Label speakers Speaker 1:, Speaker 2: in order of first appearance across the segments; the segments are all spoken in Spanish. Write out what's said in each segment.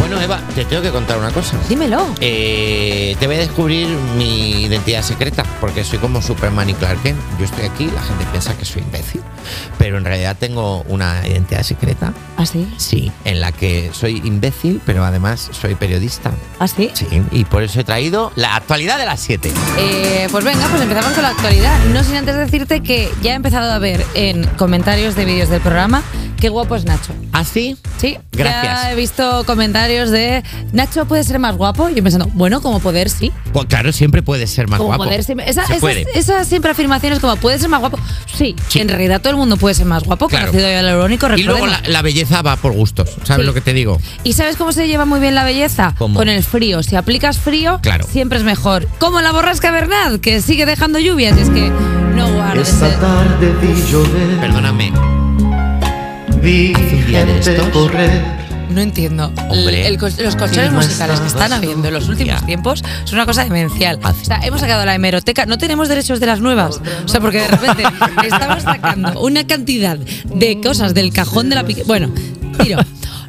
Speaker 1: Bueno, Eva, te tengo que contar una cosa.
Speaker 2: Dímelo.
Speaker 1: Eh, te voy a descubrir mi identidad secreta, porque soy como Superman y Clark Kent. Yo estoy aquí, la gente piensa que soy imbécil, pero en realidad tengo una identidad secreta,
Speaker 3: ¿Ah,
Speaker 2: ¿Así?
Speaker 1: sí, en la que soy imbécil, pero además soy periodista.
Speaker 2: ¿Así?
Speaker 1: Sí, y por eso he traído la actualidad de las 7.
Speaker 3: Eh, pues venga, pues empezamos con la actualidad. No sin antes decirte que ya he empezado a ver en comentarios de vídeos del programa qué guapo es Nacho.
Speaker 1: ¿Así?
Speaker 3: Sí,
Speaker 1: Gracias.
Speaker 3: ya he visto comentarios de Nacho puede ser más guapo. Y yo pensando, bueno, como poder sí.
Speaker 1: Pues claro, siempre puedes ser más
Speaker 3: Como
Speaker 1: guapo.
Speaker 3: poder siempre. Esa-
Speaker 1: Se
Speaker 3: esas,
Speaker 1: puede.
Speaker 3: esas siempre afirmaciones como puede ser más guapo. Sí,
Speaker 1: Sí.
Speaker 3: en realidad todo el mundo puede ser más guapo,
Speaker 1: Claro.
Speaker 3: conocido y alurónico,
Speaker 1: y luego la, la belleza va por gustos, ¿sabes
Speaker 3: Sí.
Speaker 1: lo que te digo?
Speaker 3: ¿Y sabes cómo se lleva muy bien la belleza?
Speaker 1: ¿Cómo?
Speaker 3: Con el frío. Si aplicas frío,
Speaker 1: Claro.
Speaker 3: siempre es mejor. Como la borrasca Bernard, que sigue dejando lluvias. Y es que no guardes.
Speaker 4: Esta
Speaker 3: el-
Speaker 4: tarde vi llover,
Speaker 1: Perdóname,
Speaker 4: vi
Speaker 1: día de
Speaker 4: gente
Speaker 1: estos.
Speaker 4: correr.
Speaker 3: No entiendo.
Speaker 1: Hombre.
Speaker 3: El- el cos- los conciertos
Speaker 4: Clima
Speaker 3: musicales que
Speaker 4: estaba
Speaker 3: están habiendo en los últimos
Speaker 1: Ya.
Speaker 3: tiempos es una cosa demencial.
Speaker 1: Hace-
Speaker 3: O sea, hemos sacado la hemeroteca, no tenemos derechos de las nuevas. O sea, porque de repente estamos sacando una cantidad de cosas del cajón de la pique. Bueno, tiro.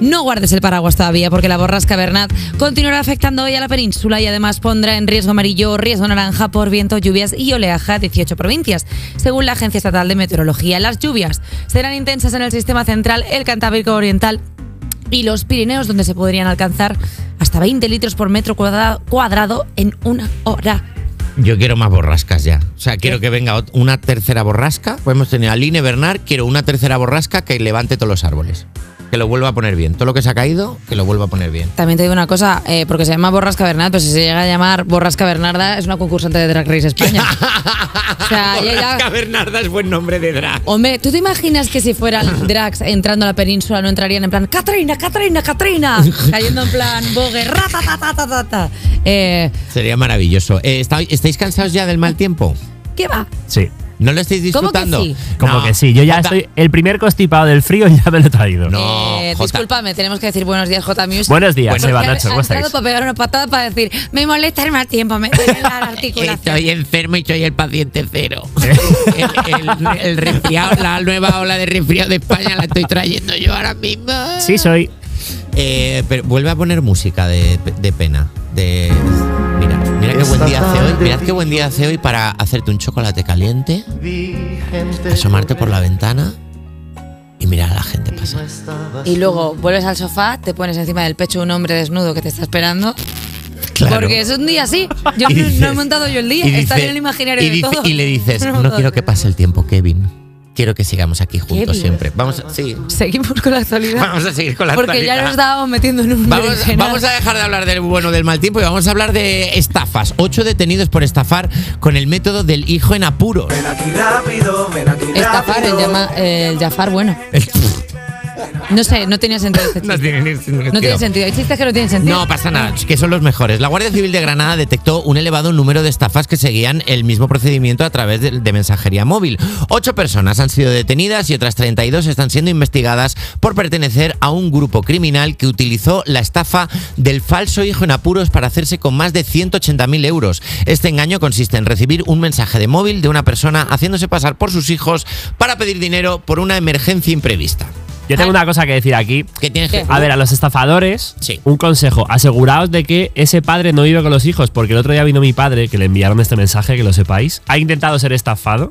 Speaker 3: No guardes el paraguas todavía porque la borrasca Bernat continuará afectando hoy a la península y además pondrá en riesgo amarillo, riesgo naranja por viento, lluvias y oleaje a 18 provincias. Según la Agencia Estatal de Meteorología, las lluvias serán intensas en el sistema central, el Cantábrico Oriental y los Pirineos, donde se podrían alcanzar hasta 20 litros por metro cuadra- cuadrado en una hora.
Speaker 1: Yo quiero más borrascas ya. O sea, quiero que venga ot- una tercera borrasca. Pues hemos tenido a Line Bernard, quiero una tercera borrasca que levante todos los árboles. Que lo vuelva a poner bien. Todo lo que se ha caído, que lo vuelva a poner bien.
Speaker 3: También te digo una cosa, eh, porque se llama Borrasca Bernard, pero si se llega a llamar Borrasca Bernarda, es una concursante de Drag Race España. O sea, ya- ya-
Speaker 1: Borrasca Bernarda es buen nombre de drag.
Speaker 3: Hombre, ¿tú te imaginas que si fueran drags entrando a la península no entrarían en plan Catrina, Catrina, Catrina? Cayendo en plan Vogue, ratatatatata. Eh,
Speaker 1: Sería maravilloso. Eh, ¿está- ¿Estáis cansados ya del mal tiempo?
Speaker 3: ¿Qué va?
Speaker 5: Sí.
Speaker 1: ¿No lo estáis
Speaker 3: ¿Cómo que
Speaker 1: disfrutando?
Speaker 3: sí?
Speaker 5: Como
Speaker 1: No.
Speaker 5: que sí, yo ya
Speaker 1: Jota,
Speaker 5: estoy. El primer constipado del frío ya me lo he traído.
Speaker 1: No,
Speaker 3: Eh,
Speaker 1: Jota.
Speaker 3: discúlpame, tenemos que decir buenos días, J Music.
Speaker 5: Buenos días,
Speaker 1: Bueno,
Speaker 5: Eva
Speaker 3: Porque
Speaker 5: Nacho,
Speaker 3: ha- ha
Speaker 5: ¿cómo
Speaker 3: entrado
Speaker 5: estáis?
Speaker 3: para pegar una patada para decir, me molesta el mal tiempo, me duele la articulación.
Speaker 1: Estoy enfermo y soy el paciente cero.
Speaker 5: Eh.
Speaker 1: el, el- el resfriado, la nueva ola de resfriado de España la estoy trayendo yo ahora mismo.
Speaker 5: Sí, soy.
Speaker 1: Eh, pero vuelve a poner música de, de pena. De, mira, mira qué buen día hace hoy. Mirad qué buen día hace hoy para hacerte un chocolate caliente,
Speaker 4: Vi gente
Speaker 1: asomarte por la ventana y mirar a la gente pasar.
Speaker 3: Y luego vuelves al sofá, te pones encima del pecho un hombre desnudo que te está esperando. Porque es un día así. Yo
Speaker 1: Y
Speaker 3: no- no
Speaker 1: dices-
Speaker 3: he montado yo el día.
Speaker 1: y dice-
Speaker 3: Está bien el imaginario
Speaker 1: y
Speaker 3: de
Speaker 1: dice-
Speaker 3: todo.
Speaker 1: Y le dices,
Speaker 3: No he
Speaker 1: no
Speaker 3: montado
Speaker 1: quiero
Speaker 3: yo
Speaker 1: que
Speaker 3: el día".
Speaker 1: pase el tiempo, Kevin. Quiero que sigamos aquí juntos
Speaker 3: Kevin.
Speaker 1: siempre. Vamos a, sí.
Speaker 3: Seguimos con la actualidad.
Speaker 1: Vamos a seguir con la
Speaker 3: porque ya
Speaker 1: actualidad.
Speaker 3: nos estábamos metiendo en un
Speaker 1: Vamos,
Speaker 3: berenjenal.
Speaker 1: vamos a dejar de hablar del bueno del mal tiempo y vamos a hablar de estafas. Ocho detenidos por estafar con el método del hijo en apuros.
Speaker 3: Estafar el, llama- el Jafar, bueno. No sé, no tenía sentido este chiste.
Speaker 1: tiene ni sentido.
Speaker 3: No tiene sentido. Hay chistes que no tienen sentido.
Speaker 1: No pasa nada, que son los mejores. La Guardia Civil de Granada detectó un elevado número de estafas que seguían el mismo procedimiento a través de, de mensajería móvil. Ocho personas han sido detenidas y otras 32 están siendo investigadas por pertenecer a un grupo criminal que utilizó la estafa del falso hijo en apuros para hacerse con más de 180.000 euros. Este engaño consiste en recibir un mensaje de móvil de una persona haciéndose pasar por sus hijos para pedir dinero por una emergencia imprevista.
Speaker 5: Yo tengo una cosa que decir aquí.
Speaker 1: ¿Qué tienes que
Speaker 5: A ver, a los estafadores,
Speaker 1: Sí.
Speaker 5: un consejo. Aseguraos de que ese padre no vive con los hijos, porque el otro día vino mi padre, que le enviaron este mensaje, que lo sepáis. Ha intentado ser estafado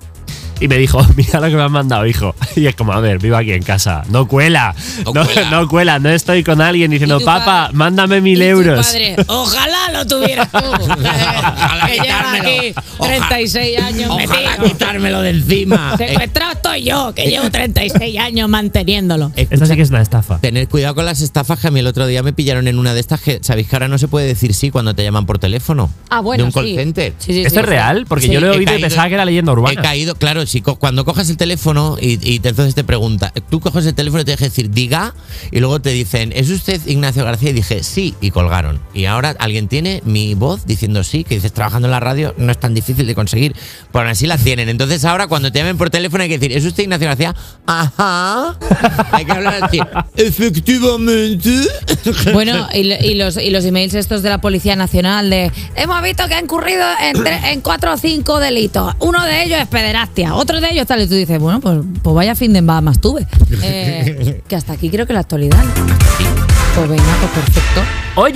Speaker 5: y me dijo, mira lo que me han mandado, hijo. Y es como, a ver, vivo aquí en casa. No cuela.
Speaker 1: No
Speaker 5: No,
Speaker 1: cuela.
Speaker 5: no cuela. No estoy con alguien diciendo,
Speaker 3: tu
Speaker 5: papá,
Speaker 3: padre?
Speaker 5: mándame mil
Speaker 3: Y tu
Speaker 5: euros.
Speaker 3: padre, ojalá lo tuvieras tú.
Speaker 1: Ojalá
Speaker 3: que lleva
Speaker 1: quitármelo.
Speaker 3: aquí
Speaker 1: Ojalá.
Speaker 3: 36 años
Speaker 1: Ojalá
Speaker 3: metido.
Speaker 1: quitármelo de encima. Eh,
Speaker 3: Secuestrado estoy yo, que llevo 36 años manteniéndolo.
Speaker 5: Esta sí que es una estafa.
Speaker 1: Tener cuidado con las estafas que a mí el otro día me pillaron en una de estas que sabéis que ahora no se puede decir sí cuando te llaman por teléfono.
Speaker 3: Ah, bueno,
Speaker 1: De un call
Speaker 3: sí.
Speaker 1: center.
Speaker 3: Sí, sí,
Speaker 5: ¿Esto
Speaker 3: sí.
Speaker 5: es real? Porque
Speaker 1: Sí,
Speaker 5: yo lo he
Speaker 1: he
Speaker 5: oído y
Speaker 1: caído-
Speaker 5: pensaba que era leyenda
Speaker 1: He
Speaker 5: urbana.
Speaker 1: caído, claro, si co- cuando coges el teléfono y, y te- entonces te pregunta, tú coges el teléfono y te deja decir diga y luego te dicen, ¿es usted Ignacio García? Y dije, sí, y colgaron. Y ahora alguien tiene mi voz diciendo sí, que dices, trabajando en la radio no es tan difícil de conseguir, pero aún así la tienen. Entonces ahora cuando te llamen por teléfono hay que decir, ¿es usted Ignacio García? Ajá. Hay que hablar así, efectivamente.
Speaker 3: Bueno, y, lo- y los, y los emails estos de la Policía Nacional de hemos visto que han incurrido en, tre- en cuatro o cinco delitos. Uno de ellos es pederastia. otro de ellos tal. Y tú dices, bueno, pues, pues vaya fin de en Bahamas tuve. Eh, que hasta aquí creo que la actualidad. ¿no? Pues venga, pues perfecto.